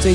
最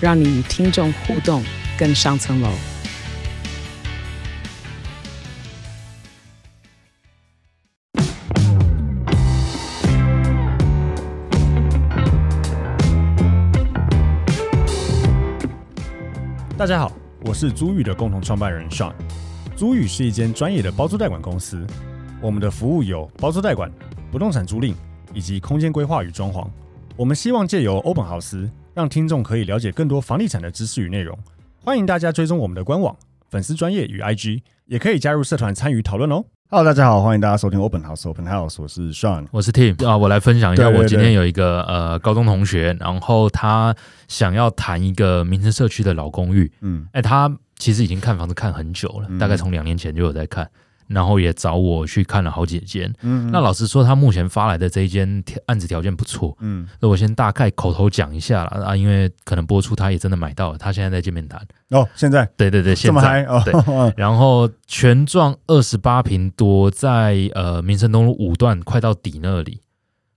让你与听众互动更上层楼。大家好，我是租宇的共同创办人 Sean。租宇是一间专业的包租代管公司，我们的服务有包租代管、不动产租赁以及空间规划与装潢。我们希望借由欧本豪斯，让听众可以了解更多房地产的知识与内容。欢迎大家追踪我们的官网、粉丝专业与 IG，也可以加入社团参与讨论哦。Hello，大家好，欢迎大家收听 Open House Open House，我是 Sean。我是 Tim 啊，我来分享一下，对对我今对天有一个呃高中同学，然后他想要谈一个民生社区的老公寓，嗯，哎，他其实已经看房子看很久了，大概从两年前就有在看，然后也找我去看了好几间，嗯，那老实说，他目前发来的这一间条案子条件不错，嗯嗯，那我先大概口头讲一下啦，啊，因为可能播出他也真的买到了，他现在在见面谈，哦，现在对对这对，现么在嗨哦，对 然后全幢二十八平多，在呃民生东路五段快到底那里，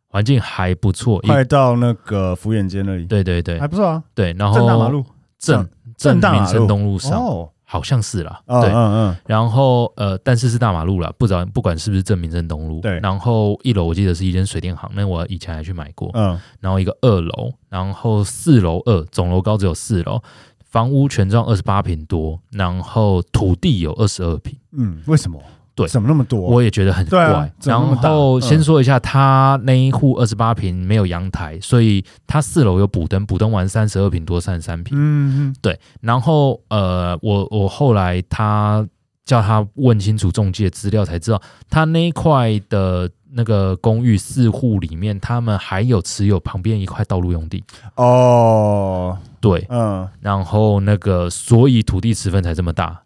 环境还不错。一快到那个福远街那里，对对对还不错啊，对，然后正大马路正正大马路民生东路上、哦，好像是啦，嗯对。嗯然后呃，但是是大马路啦，不管不管是不是正民生东路，对然后一楼我记得是一间水电行，那我以前还去买过。嗯然后一个二楼，然后四楼二，总楼高只有四楼，房屋全幢二十八平多，然后土地有二十二平。嗯，为什么？对怎么那么多？我也觉得很对怪。啊怎么那么然大后嗯先说一下，他那一户二十八平没有阳台，所以他四楼有补灯，补灯完三十二平多三十三平。嗯嗯对，然后呃，我我后来他叫他问清楚中介资料才知道，他那一块的那个公寓四户里面，他们还有持有旁边一块道路用地。嗯哦，对，嗯，然后那个所以土地持分才这么大。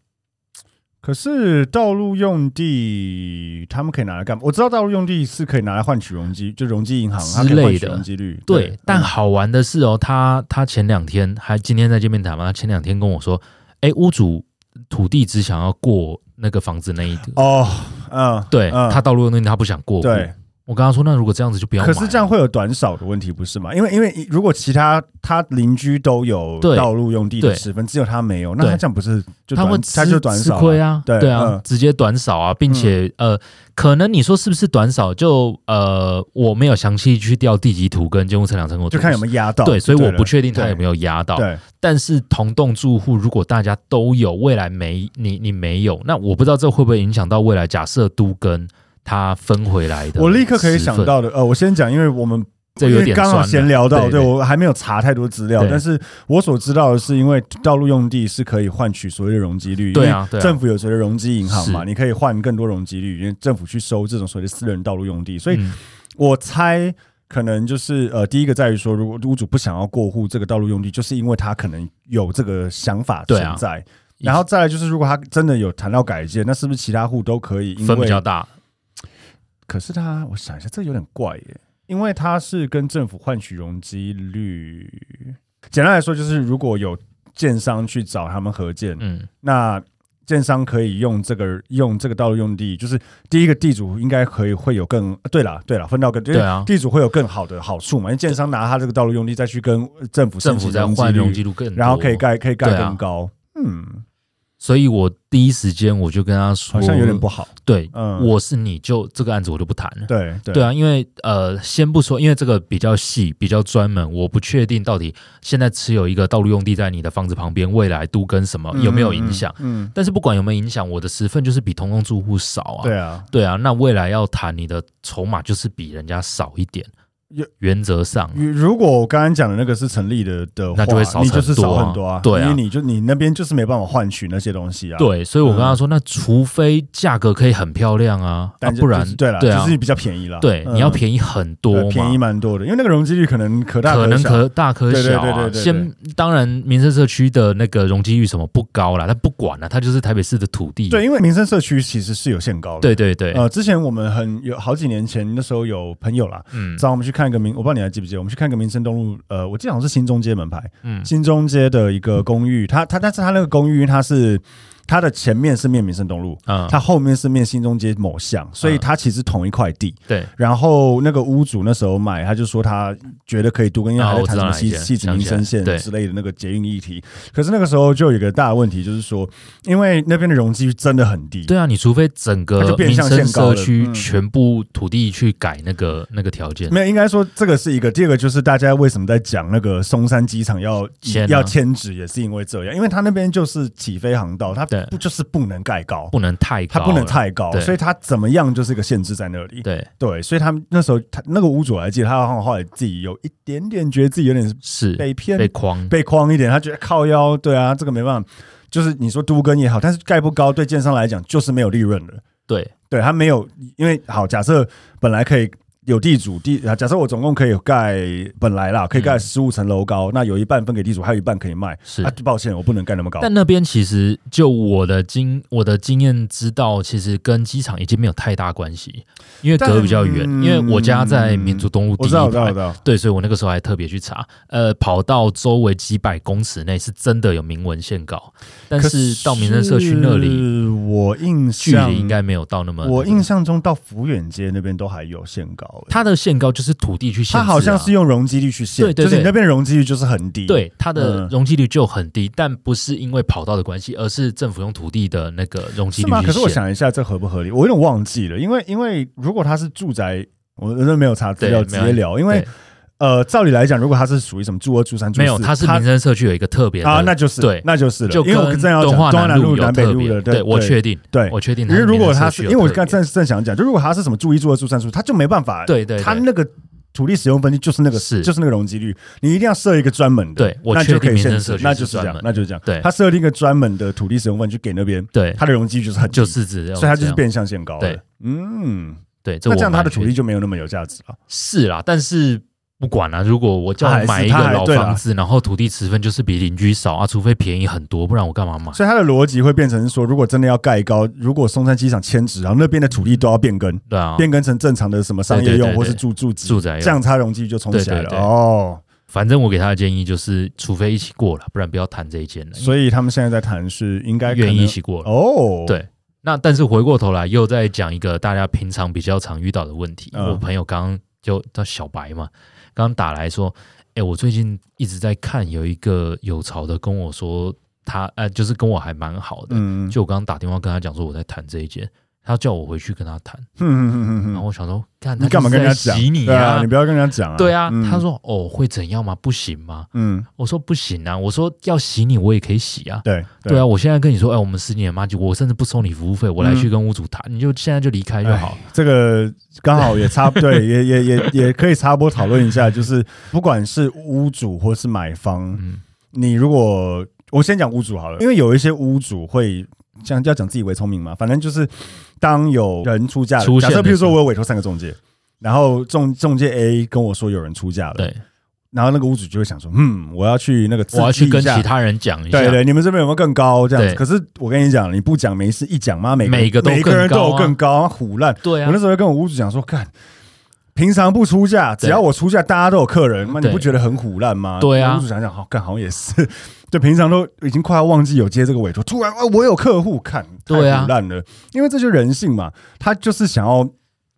可是道路用地他们可以拿来干嘛？我知道道路用地是可以拿来换取容积，就容积银行它可以之类的换取容积率。对，但嗯好玩的是哦，他他前两天还今天在见面谈嘛，他前两天跟我说，哎，屋主土地只想要过那个房子那一个，哦，嗯，对、嗯他道路那他不想过户。对，我跟他说，那如果这样子就不要买可了。是这样会有短少的问题，不是吗？因为因为如果其他他邻居都有对道路用地的对十分，只有他没有，那他对这样不是就他短会他吃就短吃少亏啊？啊，对啊，嗯直接短少啊，并且、呃，可能你说是不是短少？就呃，我没有详细去调地籍图跟建物测量成果图，就看有没有压到。对，所以我不确定对他有没有压到。对，但是同栋住户如果大家都有，未来没你你没有，那我不知道这会不会影响到未来。假设都跟他分回来的，我立刻可以想，到的，呃，我先讲，因为我们这因有为点刚好酸了闲聊到，对对对我还没有查太多资料，对但是我所知道的是，因为道路用地是可以换取所谓的容积率，对啊因为对啊政府有所谓的容积银行嘛，是你可以换更多容积率，因为政府去收这种所谓的私人道路用地，所以嗯我猜。可能就是呃，第一个在于说，如果屋主不想要过户这个道路用地，就是因为他可能有这个想法对存啊在。然后再来就是，如果他真的有谈到改建，那是不是其他户都可以因分为比较大，可是他，我想一下，这有点怪耶，因为他是跟政府换取容积率。简单来说，就是如果有建商去找他们合建，嗯，那建商可以用这个用这个道路用地，就是第一个地主应该可以会有更呃对啦对啦，分到更对啊地主会有更好的好处嘛，因为建商拿他这个道路用地再去跟呃政府政府在换容容积积率，率更多，然后可以。盖可以盖对啊更高，嗯，所以我第一时间我就跟他说，好像有点不好，对，嗯我是你就这个案子我就不谈了。对对对啊，因为呃，先不说，因为这个比较细、比较专门，我不确定到底现在持有一个道路用地在你的房子旁边，未来都跟什么有没有影响？嗯，嗯但是不管有没有影响，我的十份就是比同共住户少啊。嗯对啊，对啊，那未来要谈你的筹码就是比人家少一点。有原则上啊，如如果我刚刚讲的那个是成立的的话，那就会少你就是很多少啊很多啊，对啊因为你就你那边就是没办法换取那些东西啊，，对，所以我跟他说，那除非价格可以很漂亮啊，啊但就不然就是对了，对啊就，是比较便宜了，对，嗯你要便宜很对多便嘛宜。蛮多的，因为那个容积率可能可大可能小，可大可对对小对对啊，对对先当然民生社区的那个容积率什么不高啦，但不管了、它就是台北市的土地。对，因为民生社区其实是有限高的，对对对，呃，之前我们很有好几年前那时候有朋友啦，嗯找我们去看一个民，我不知道你还记不记得，我们去看一个民生东路，呃，我记得好像是新中街门牌，嗯新中街的一个公寓，它它但是它那个公寓它是它的前面是面民生东路，嗯，它后面是面新中街某巷，所以嗯它其实同一块地。对，然后那个屋主那时候买，他就说他觉得可以多跟，因为啊还在我知谈道什么西哪一间西子想民起来生线对之类的那个捷运议题。可是那个时候就有一个大的问题，就是说，因为那边的容积率真的很低，对啊，你除非整它个就变民相生限高社了区嗯全部土地去改那个那个条件，没有，应该说这个是一个。第二个就是大家为什么在讲那个松山机场要迁啊要迁址，也是因为这样，因为它那边就是起飞航道，它对不就是不能盖高，不能太它高了，不能太高，对所以它怎么样就是一个限制在那里。对，对，所以他们那时候他那个屋主我还记得，他好像后来自己有一点点觉得自己有点是被骗、被框，被框一点，他觉得靠腰，对啊，这个没办法。就是你说都跟也好，但是盖不高，对建商来讲就是没有利润了。对对他没有，因为好，假设本来可以有地主地，啊假设我总共可以盖本来啦，可以盖嗯十五层楼高，那有一半分给地主，还有一半可以卖。是啊，抱歉，我不能盖那么高。但那边其实就我的经我的经验知道，其实跟机场已经没有太大关系，因为隔但比较远，嗯因为我家在民族东路第我一知道，我知道，我排知。道。对，所以我那个时候还特别去查，呃，跑到周围几百公尺内是真的有明文限高，但可是到民生社区那里，我印距象离应该没有到那么。我印象中到福远街那边都还有限高、欸，它的限高就是土地去限制、啊，它好像是用容积率去限，对对就是你对那边的容积率就是很低，，对它的嗯容积率就很低，但不是因为跑道的关系，而是政府用土地的那个容积是率吗？去可是我限想一下，这合不合理？我有点忘记了，因为因为如果它是住宅，我真的没有查资对料没直有接聊，因为对呃，照理来讲，如果它是属于什么住二、住三、住四，没有，它是民生社区有一个特别的啊，那就是对那就是了，就因为我跟正要讲敦化东南路南有北特路别，的，对我确定，对我确定因它为是如民果生它社是区因有特别，为我刚才正正想讲，就如果它是什么住一、住二、住三、住四，它就没办法，对对对它那个土地使用分地就是那个是就是那个容积率，你一定要设一个专门的，对我那确就可定以民生限社制，区那是就是这专样门，那就是这样。对它设定一个专门的土地使用分去给那边，对它的容积率就是很低就是只有嗯所以它就这是样变相限高对了。嗯，对，这那我这样它的蛮确土地定就没有那么有价值了。是啦，但是。不管啦、如果我叫它我还是买一它个还老对啦房子，然后土地持分就是比邻居少啊，除非便宜很多，不然我干嘛买？所以它的逻辑会变成说，如果真的要盖高，如果松山机场迁址，然后那边的土地都要变更，对啊，变更成正常的什么商对业对对用或是对住住宅，住宅这用样它容积率就冲起来对了对对哦。反正我给他的建议就是，除非一起过了，不然不要谈这一间了。所以他们现在在谈是应该可能愿意一起过了。哦，对那但是回过头来又再讲一个大家平常比较常遇到的问题。嗯我朋友刚刚就他小白嘛，刚刚打来说，哎、我最近一直在看有一个有潮的跟我说他，呃，就是跟我还蛮好的。嗯，就我刚刚打电话跟他讲说我在谈这一件，他叫我回去跟他谈，嗯嗯嗯嗯然后嗯，我想说，干你干嘛跟人家讲？洗你对啊，你不要跟人家讲啊。对啊，嗯他，说哦会怎样吗？不行吗？嗯，我说不行啊，我说要洗你我也可以洗啊，对对啊，，我现在跟你说，哎，我们十年妈就我甚至不收你服务费，我来嗯哎去跟屋主谈，你就现在就离开就好了。这个刚好也 插对，也也也也可以插播讨论一下，就是不管是屋主或是买方，嗯，你如果我先讲屋主好了，因为有一些屋主会。像要讲自以为聪明嘛，反正就是当有人出价了出现假设的譬如时说候我有委托三个中介，然后中中介 A 跟我说有人出价了，对，然后那个屋主就会想说，嗯，我要去那个我要去刺激一跟下其他人讲一下，对对，你们这边有没有更高这样子？对可是我跟你讲，你不讲没事，一讲妈每每个个都每个人都更高啊有更高，虎烂。对我啊那，时候就跟我屋主讲说，看。平常不出价，只对要我出价，大家都有客人，那你对不觉得很虎烂吗？对啊我屋主想想，好干，好像也是， 就平常都已经快要忘记有接这个委托，突然啊，我有客户，看，太对啊虎烂了，因为这就是人性嘛，他就是想要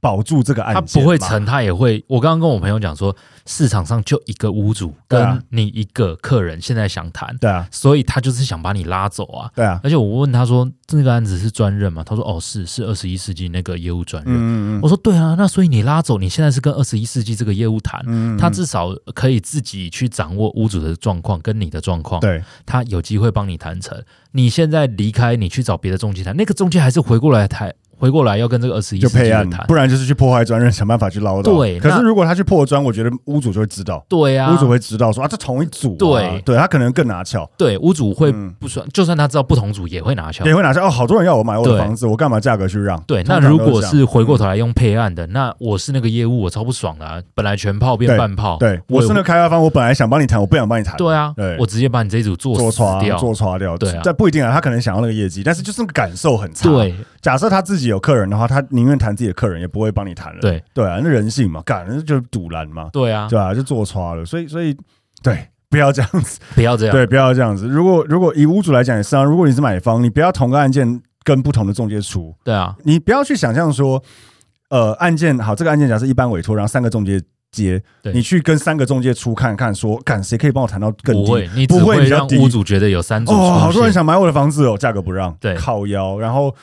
保住这个案他件不嘛，会成，他也会。我刚刚跟我朋友讲说，市场上就一个屋主对啊跟你一个客人现在想谈，对啊，所以他就是想把你拉走啊。对啊，而且我问他说，这个案子是专任吗？他说哦，是是二十一世纪那个业务专任。嗯嗯我说对啊，那所以你拉走，你现在是跟二十一世纪这个业务谈，嗯，嗯他至少可以自己去掌握屋主的状况跟你的状况，对他有机会帮你谈成。你现在离开，你去找别的中介谈，那个中介还是回过来谈，回过来要跟这个二十一就世纪配的案，谈不。然就是去破坏专人，想办法去捞到。对可是那如果他去破专，我觉得屋主就会知道，对啊屋，主会知道说啊，这同一组、啊，对对，他可能更拿翘，对屋主会嗯不算，就算他知道不同组也会拿枪也。会拿翘。哦，好多人要我买我的对房子，我干嘛价格去让？对，通那常如都嗯这果样是回过头来用配案的，那我是那个业务，我超不爽的、啊。本来全炮变半炮，对我我是也那个开发方，我本来想帮你谈，我不想帮你谈，对啊对，我直接把你这一组做做死刷掉。做刷掉，对啊但不一定啊，他可能想要那个业绩，但是就是那个感受很差。，对假设他自己有客人的话，他宁愿谈自己的客人，也不会帮你谈了。，对对啊，那人性嘛，感那就是堵拦嘛，对啊，对啊，就做刷了，所以所以对。不要这样子，不要这样。对，不要这样子。如果如果以屋主来讲也是啊，如果你是买方，你不要同个案件跟不同的中介出，对啊，你不要去想象说，呃，案件好，这个案件假设一般委托，然后三个中介接，对你去跟三个中介出看看说干谁可以帮我谈到更不低？会，你不只会比较让低屋主觉得有三组哦，好多人出现。想买我的房子哦，价格不让，对靠腰，然后。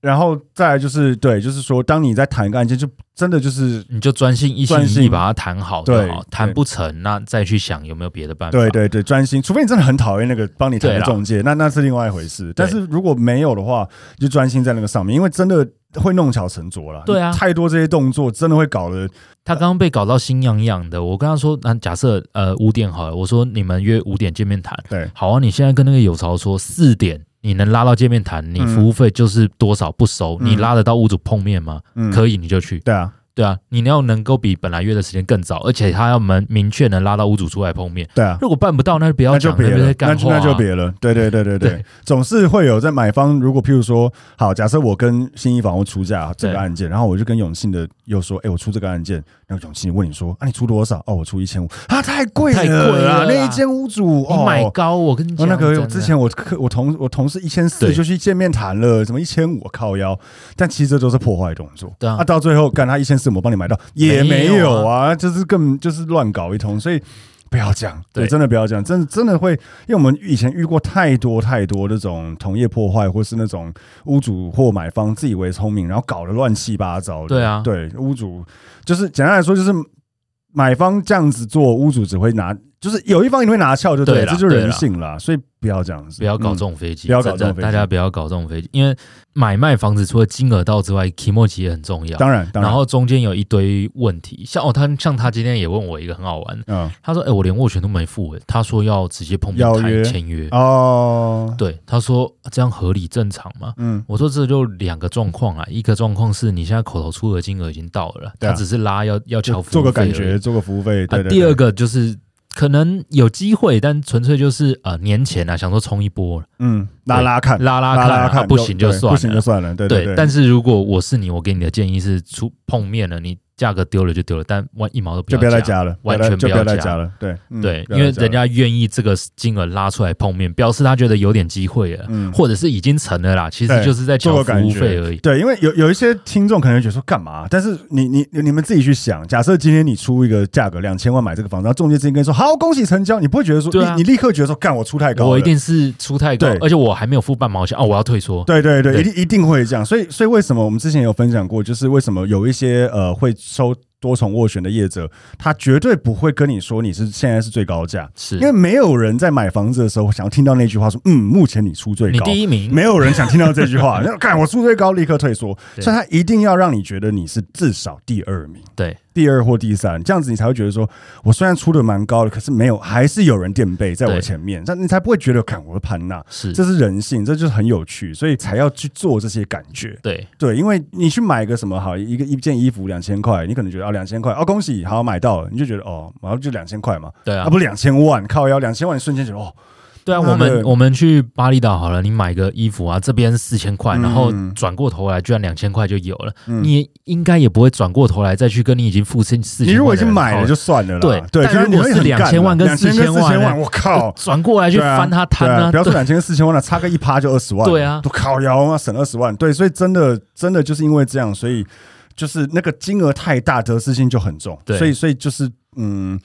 然后再来就是对，就是说，当你在谈一个案件，就真的就是你就专心一心专一心意把它谈好就好对，谈对不成那再去想有没有别的办法。对对对，专心，除非你真的很讨厌那个帮你谈的对啦中介，那那是另外一回事。但是如果没有的话，就专心在那个上面，因为真的会弄巧成拙了。对啊太多这些动作真的会搞得他刚刚被搞到心痒痒的，我跟他说，那假设呃五点好了，我说你们约五点见面谈，对好啊，你现在跟那个有潮说四点你能拉到见面谈，你嗯服务费就是多少不收，嗯你拉得到屋主碰面吗？嗯，可以你就去，对啊，对啊，你要能够比本来约的时间更早，而且他要明明确能拉到屋主出来碰面，对啊。如果办不到，那就不要那就讲，别那就了在，那干就话啊、那就别了。对对对对对对，总是会有在买方，如果譬如说，好，假设我跟新一房屋出价啊这个对案件，然后我就跟永信的又说，哎，我出这个案件，然后永信问你说，啊，你出多少？哦，我出一千五，啊，太贵太贵了啦，了啦那一间屋主，你哦，买高，我跟你哦讲，那真个的之前我客我同我同事一千四对就去见面谈了，什么一千五靠腰，但其实这都是破坏动作。对啊到最后干他一千四，我帮你买到也没没有啊有啊，就是更就是乱搞一通，所以不要这样，对，对真的不要这样，真的真的会，因为我们以前遇过太多太多那种同业破坏，或是那种屋主或买方自以为聪明，然后搞得乱七八糟的。对啊对，屋主就是简单来说就是买方这样子做，屋主只会拿，就是有一方你会拿翘就对对了，啦这就是人性啦，所以不要这样子，不要搞嗯。这种飞机，不要搞这真种的飞机大家不要搞这种飞机，因为买卖房子除了金额到之外 k i m o 也很重要。嗯当然，当然然，后中间有一堆问题，像哦，他像他今天也问我一个很好玩的，嗯，他说：“哎、我连斡旋都没付、哎，他说要直接碰面要约啊谈签约。哦，对，他说这样合理正常吗？嗯，我说这就两个状况啊，一个状况是你现在口头出的金额已经到了，对啊他只是拉要要就交服务做个费而感已觉，。做个服务费，对啊，对。第二对，个就是可能有机会，但纯粹就是呃年前啊，想说冲一波嗯，拉拉看，拉拉拉看啊，拉看，啊不行就对算不行就了。算了，对对，对。但是如果我是你，我给你的建议是出碰面了，你价格丢了就丢了，但万一毛都不就不要再要。加了，完全就不不要要再加加了，对嗯对，不要因为再人加了家愿意这个金额拉出来碰面，表示他觉得有点机会了，嗯或者是已经成了啦，其对实就是在做交个服感务觉费而已。对，因为有有一些听众可能会觉得说干嘛？但是你你你们自己去想，假设今天你出一个价格两千万买这个房子，然后中介之前跟你说好恭喜成交，你不会觉得说、对啊你你立刻觉得说干我出太高了，我一定是出太高对，而且我还没有付半毛钱哦，我要退缩。对对对，对一定一定会这样。所以所以为什么我们之前有分享过，就是为什么有一些呃会收多重斡旋的业者，他绝对不会跟你说你是现在是最高价，是因为没有人在买房子的时候想要听到那句话说嗯，目前你出最你高。第一名，没有人想听到这句 话，那看我出最高，立刻退缩，对所以他一定要让你觉得你是至少第二名，对第二或第三，这样子你才会觉得说，我虽然出的蛮高的，可是没有，还是有人垫背在我对前面，那你才不会觉得，看我的潘娜，是，这是人性，这就是很有趣，所以才要去做这些感觉。对对，因为你去买个什么好一个一件衣服两千块，你可能觉得啊两千块哦恭喜好买到了，你就觉得哦然后就两千块嘛，对啊啊，不两千万靠腰两千万，你瞬间觉得哦对啊，那我们个我们去巴厘岛好了，你买个衣服啊，这边四千块，嗯然后转过头来居然两千块就有了，你应该也不会转过头来再去跟你已经付四四千，你如果已经买了就算了啦，对对，但就是你如果会是很干2000万跟两千跟四4000千万万，我靠。 转过来去对啊翻他摊对啊，不要说对两千跟四千万了，差个一趴就二十万，对啊都靠腰啊，省二十万，对，所以真的真的就是因为这样，所以就是那个金额太大，得失心就很重，对所以所以就是嗯，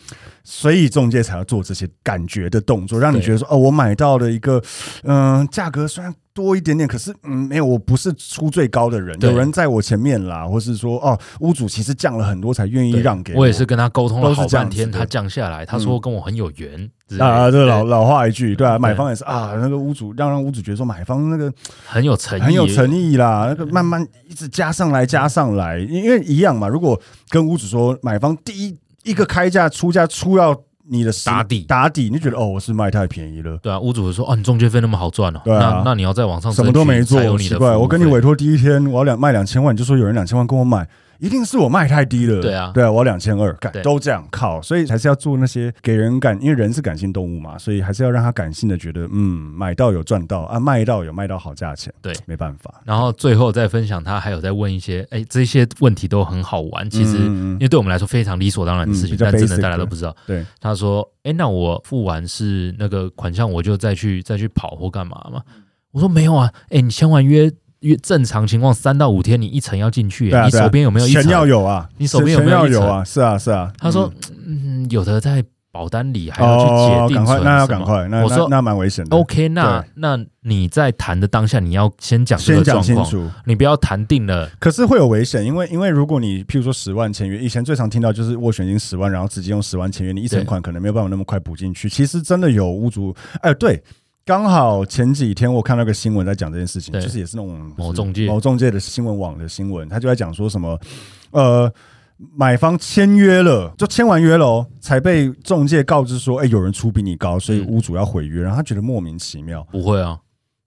所以中介才要做这些感觉的动作，让你觉得说哦，我买到了一个嗯、价格虽然。多一点点，可是嗯，没有，我不是出最高的人，对有人在我前面啦，或是说哦，屋主其实降了很多才愿意对让给我也是跟他沟通都了是好这样半天，子的嗯他降下来，他说跟我很有缘之类的，啊，这对老老话一句，对啊，买对方也是啊，那个屋主让让屋主觉得说买方那个很有诚意，很有诚意啦，那个慢慢一直加上来加上来，因因为一样嘛，如果跟屋主说买方第一一个开价出价出到你的十打底打底，你就觉得哦，我是卖太便宜了。对啊，屋主说：“哦，你中介费那么好赚哦，对啊那那你要再往上什么都没做争取才有，你奇的怪！服务我跟你费委托第一天，我要两卖两千万，你就说有人两千万跟我买，一定是我卖太低了。对啊对啊，我要两千二，干对都这样靠，所以还是要做那些给人感，因为人是感性动物嘛，所以还是要让他感性的觉得，嗯，买到有赚到啊，卖到有卖到好价钱。对没办法，然后最后再分享，他还有在问一些，哎，这些问题都很好玩。其实，嗯嗯嗯因为对我们来说非常理所当然的事嗯情，比较但真 basic 的的大家都不知道。对，他说：“哎，那我付完是那个款项，我就再去再去跑或干嘛嘛？”嗯我说：“没有啊，哎，你签完约约正常情况三到五天，你一层要进去，对啊，你对啊手边有没有一钱要层？有啊，你手边有钱没有要一有层啊？是啊，是啊。他说嗯：“嗯，有的在保单里还要去哦，解赶定快，存，那要赶。”快，那我那说那蛮危险的。 OK，那那你在谈的当下，你要先讲这先个讲状清况，楚。你不要谈定了，可是会有危险，因为因为如果你譬如说十万签约，以前最常听到就是斡旋金十万，然后直接用十万签约，你一成款可能没有办法那么快补进去。其实真的有屋主，哎，对，刚好前几天我看到一个新闻在讲这件事情，对就是也是那种某中介某中介的新闻网的新闻，他就在讲说什么，呃。买方签约了，就签完约了哦，才被中介告知说，哎、有人出比你高，所以嗯屋主要毁约，然后他觉得莫名其妙。不会啊，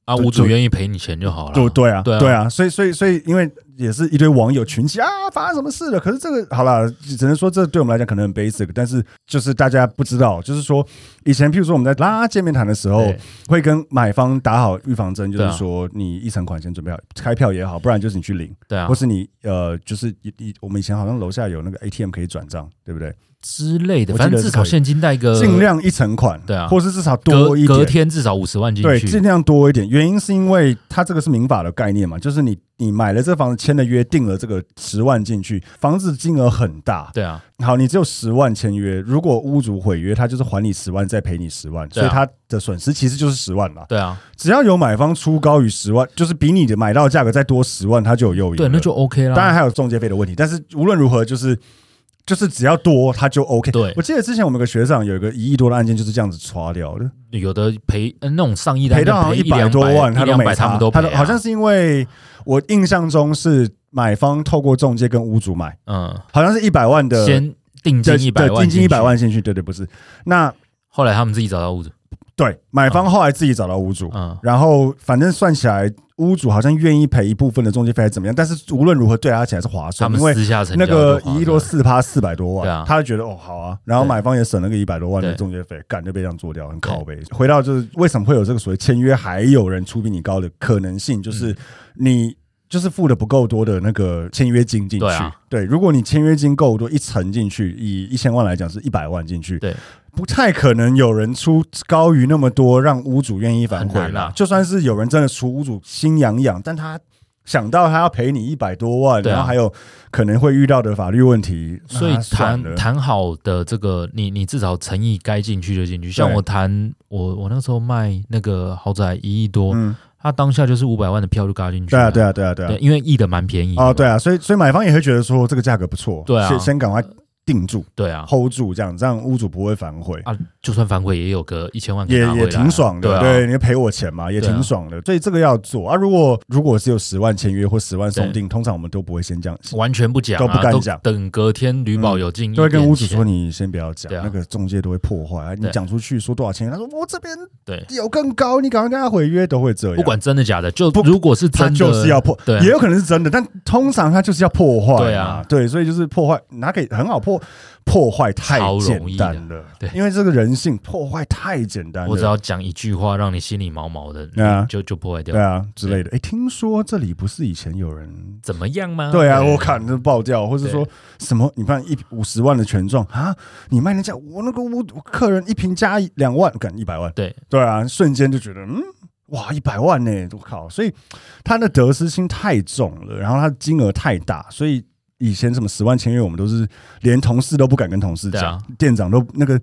啊，对屋主对愿意赔你钱就好了，对对啊，对啊对啊，所以所以所以，因为也是一堆网友群起啊，发生什么事了？可是这个好啦，只能说这对我们来讲可能很 basic，但是就是大家不知道，就是说以前譬如说我们在拉见面谈的时候对，会跟买方打好预防针，就对是啊说你一层款先准备好，开票也好，不然就是你去领，对啊或是你呃，就是一一我们以前好像楼下有那个 ATM 可以转账，对不对？之类的，我记得反正是至少可以现金带个尽量一层款，呃对啊或是至少隔多一隔点。天至少五十万进对，去尽，量多一点。原因是因为它这个是民法的概念嘛，就是你你买了这房子，签了约，定了这个十万进去，房子金额很大。对啊，好，你只有十万签约，如果屋主毁约，他就是还你十万，再赔你十万，所对啊以他的损失其实就是十万啦。对啊，只要有买方出高于十万，就是比你的买到价格再多十万，他就有诱因了。对，那就 OK 啦。当然还有中介费的问题，但是无论如何，就是就是只要多，他就 OK。对我记得之前我们有个学长有一个一亿多的案件就是这样子刷掉的。有的赔呃那种上亿的赔到好赔像一百两多万，他都一两没百差他们都赔他啊，都好像是因为我印象中是买方透过中介跟屋主买，嗯，好像是一百万的先定对金一百对万，定金一百，万进去，对对不是。那后来他们自己找到屋主，对买方后来自己找到屋主，嗯，然后反正算起来，屋主好像愿意赔一部分的中介费还是怎么样，但是无论如何对他起来是划他算，们因为私下成交那就个划一亿算多四趴四百多对万啊，他就觉得哦好啊，然后对买方也省了个一百多万的对中介费，干就被这样做掉，很靠背。回到就是为什么会有这个所谓签约还有人出比你高的可能性，嗯就是你。就是付的不够多的那个签约金进去对啊，对，如果你签约金够多，一层进去，以一千万来讲是一百万进去，对，不太可能有人出高于那么多让屋主愿意反悔很难啦啊。就算是有人真的出，屋主心痒痒，但他想到他要赔你一百多万，对啊然后还有可能会遇到的法律问题，所以那啊算谈了谈好的这个，你你至少诚意该进去就进去。像对我谈我我那时候卖那个豪宅一亿多，嗯，他当下就是五百万的票就嘎进去对啊，了。对啊，对啊，对对啊，因为一的蛮便宜的嘛哦，对啊，所以所以买方也会觉得说这个价格不错，对啊先先赶快定住对啊 hold 住，这样这样屋主不会反悔。啊，就算反悔也有个一千万给也拿回来也啊，挺爽的，对啊，你赔我钱嘛，也对啊挺爽的，所以这个要做啊。如果如果是有十万签约或十万送对定，通常我们都不会先这样，完全不讲啊，都不敢讲等隔天吕宝有进，都会跟屋主说，你先不要讲，对啊那个中介都会破坏。啊你对讲出去说多少钱，他说我这边对，有更高，你赶快跟他毁约，都会这样。不管真的假的，就不如果是真他的，就是要破，对啊也有可能是真的，但通常他就是要破坏嘛。对啊对，所以就是破坏，拿给很好破破坏太超简容易的单了，对因为这个人性破坏太简单了。我只要讲一句话让你心里毛毛的，对啊你就就破坏掉对，啊之类的。哎，听说这里不是以前有人怎么样吗？对啊，我看这爆掉，或是说对什么？你看一五十万的权重啊，你卖人家我那个屋客人一瓶加两万，干一百万，对对啊，瞬间就觉得嗯，哇，一百万呢、我靠！所以他的得失心太重了，然后他的金额太大，所以以前什么十万签约，我们都是连同事都不敢跟同事对讲，啊店长都那个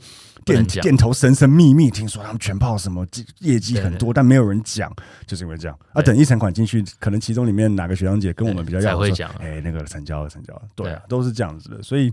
不能店讲店头神神秘秘，听说他们全泡什么绩业绩很多，但没有人讲，就是因为这样啊。对等一层款进去，可能其中里面哪个学长姐跟我们比较要才会说讲啊哎，那个成交了，成交了，对对啊啊，都是这样子的，所以。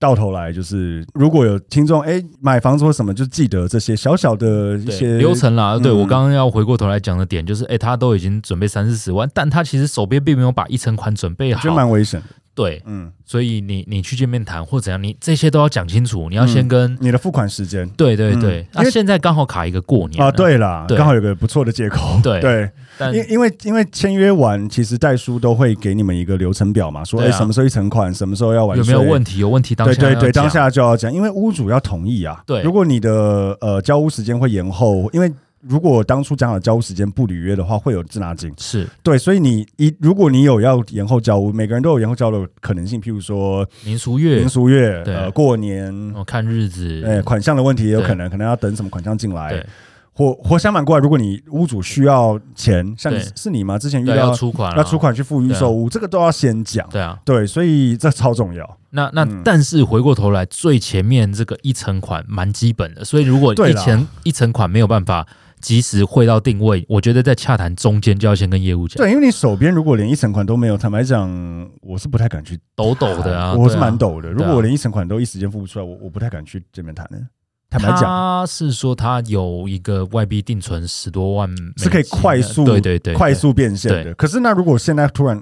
到头来就是，如果有听众哎、买房子或什么，就记得这些小小的一对些流程啦，对嗯我刚刚要回过头来讲的点就是，哎，他都已经准备三四十万，但他其实手边并没有把一成款准备我觉得好，蛮危险的。对，嗯，所以你你去见面谈或怎样，你这些都要讲清楚，你嗯要先跟，你的付款时间对对嗯对，因那为现在刚好卡一个过年啊，，对啦，对刚好有个不错的借口。对对，但因因为因为签约完，其实代书都会给你们一个流程表嘛，说哎、对啊什么时候一成款，什么时候要完有没税，有问题？有问题当下对对要对，讲当下就要讲，因为屋主要同意啊。对如果你的呃交屋时间会延后，因为如果当初讲好交屋时间不履约的话，会有滞纳金。是对，所以你一如果你有要延后交屋，每个人都有延后交的可能性，譬如说民俗月民，俗月、对呃过年。哦看日子，呃，款项的问题也有可对能，可能要等什么款项进来对，或或相反过来，如果你屋主需要钱，像你对是你吗？之前遇对到要出款啊，要出款去付预售屋，这个都要先讲。对啊，对，所以这超重要。那那、嗯但是回过头来，最前面这个一层款蛮基本的，所以如果对一啦层一层款没有办法及时汇到定位，我觉得在洽谈中间就要先跟业务讲，对，因为你手边如果连一成款都没有，坦白讲，我是不太敢去抖抖的啊，我是对啊蛮。抖的。如对啊果我连一成款都一时间付不出来，我我不太敢去这边谈的。坦白讲，他是说他有一个外币定存十多万美金的，是可以快速对对对，快速变现的。对可是那如果现在突然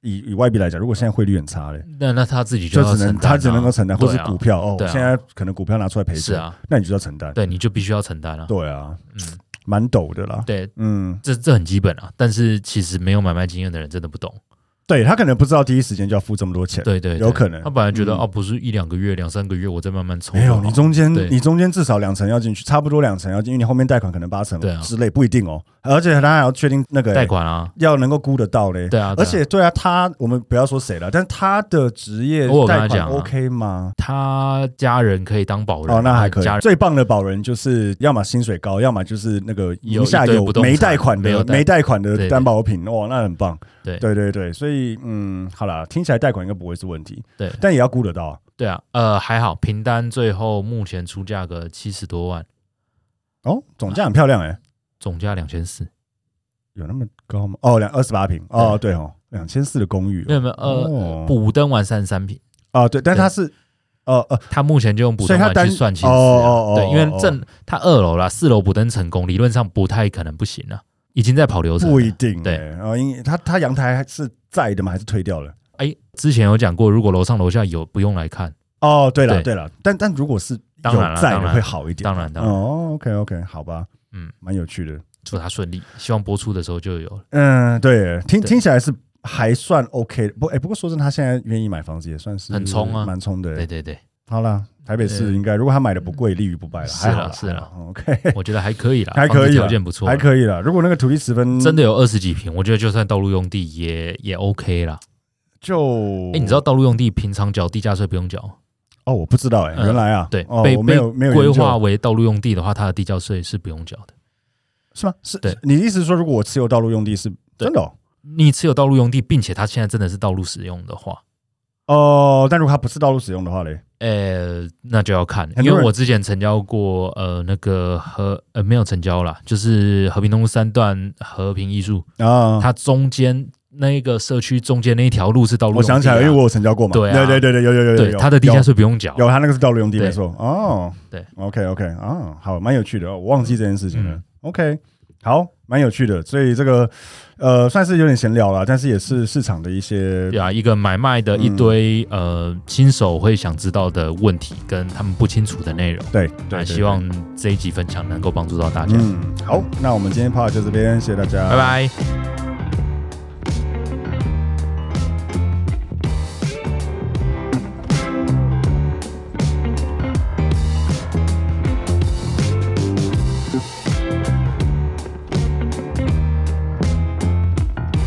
以以外币来讲，如果现在汇率很差嘞，对。那那他自己就要只能承担啊他只能够承担，或是对啊股票哦对，啊现在可能股票拿出来赔是钱，啊，那你就要承担。对，你就必须要承担啊。对啊，嗯，蛮抖的啦。对，嗯，这这很基本啊。但是其实没有买卖经验的人真的不懂，对他可能不知道第一时间就要付这么多钱。对对，有对可能他本来觉得嗯哦，不是一两个月、两三个月，我再慢慢抽就好。没有，你中间对你中间至少两成要进去，差不多两成要进，因为你后面贷款可能八成对啊之类，不一定哦。而且他还要确定那个贷款啊，要能够估得到嘞。对啊，对而啊且对啊，他我们不要说谁了，但他的职业我有跟贷他款讲啊 OK 吗？他家人可以当保人，哦，那还可以。家人最棒的保人就是要么薪水高，要么就是那个有名下一堆有不动产没贷款没的有贷没贷款对的对担保品，哇，那很棒。对对对对，所以嗯，好啦，听起来贷款应该不会是问题，对但也要估得到啊对啊，呃，还好，平单最后目前出价格七十多万，哦。总价很漂亮哎、总价两千四，有那么高吗？哦，两二十八平哦，对哦，两千四的公寓没有没有，哦呃，补登完三十三平，哦，对，但它是哦哦，他目前就用补所以登他完单去算薪资哦哦哦啊，对，因哦为正他二楼啦，四楼补登成功，理论上不太可能不行了，啊已经在跑流程不一了。定对哎哦，因为它它阳台还是在的吗？还是推掉了？哎，之前有讲过，如果楼上楼下有，不用来看，哦，对了对对了，但但如果是当然有啦在当的然会好一点，当然当然，哦，OK OK，好吧，嗯嗯，蛮有趣的。祝他顺利，希望播出的时候就有了。嗯，对，听对听起来是还算 OK 的。不，哎、不过说真的，他现在愿意买房子也算是很冲啊蛮冲的。对对对，好啦，台北市对应该，如果他买的不贵，立于不败了，是还啦好啦是啦啊还好 OK，我觉得还可以啦， 还房子可以啦啊条件不错啦，还可以了。如果那个土地十分真的有二十几平，我觉得就算道路用地也也 OK 哦啦。就，哎、你知道道路用地平常缴地价税不用缴，哦，我不知道哎、嗯原来啊，对，哦，被我没被有没有规研究划为道路用地的话，它的地价税是不用缴的。是吗？是，对是你的意思是说，如果我持有道路用地是对真的哦你持有道路用地，并且它现在真的是道路使用的话，哦，但如果它不是道路使用的话嘞，呃，那就要看，很多因为人我之前成交过，呃，那个和呃没有成交啦，就是和平东路三段和平艺术，啊，它中间那个社区中间那一条路是道路我用地啊、想起来，因为我有成交过嘛，对对啊对对对，有有有有对有，它的地有价税不用缴，有，他那个是道路用地，对没错。哦，对，OK OK 啊，好，蛮有趣的哦，我忘记这件事情了嗯。 OK，好，蛮有趣的，所以这个呃算是有点闲聊了，但是也是市场的一些对啊，一个买卖嗯的一堆、呃新手会想知道的问题，跟他们不清楚的内容。对对，那嗯希望这一集分享能够帮助到大家。嗯好，那我们今天 part 就这边，谢谢大家，拜拜。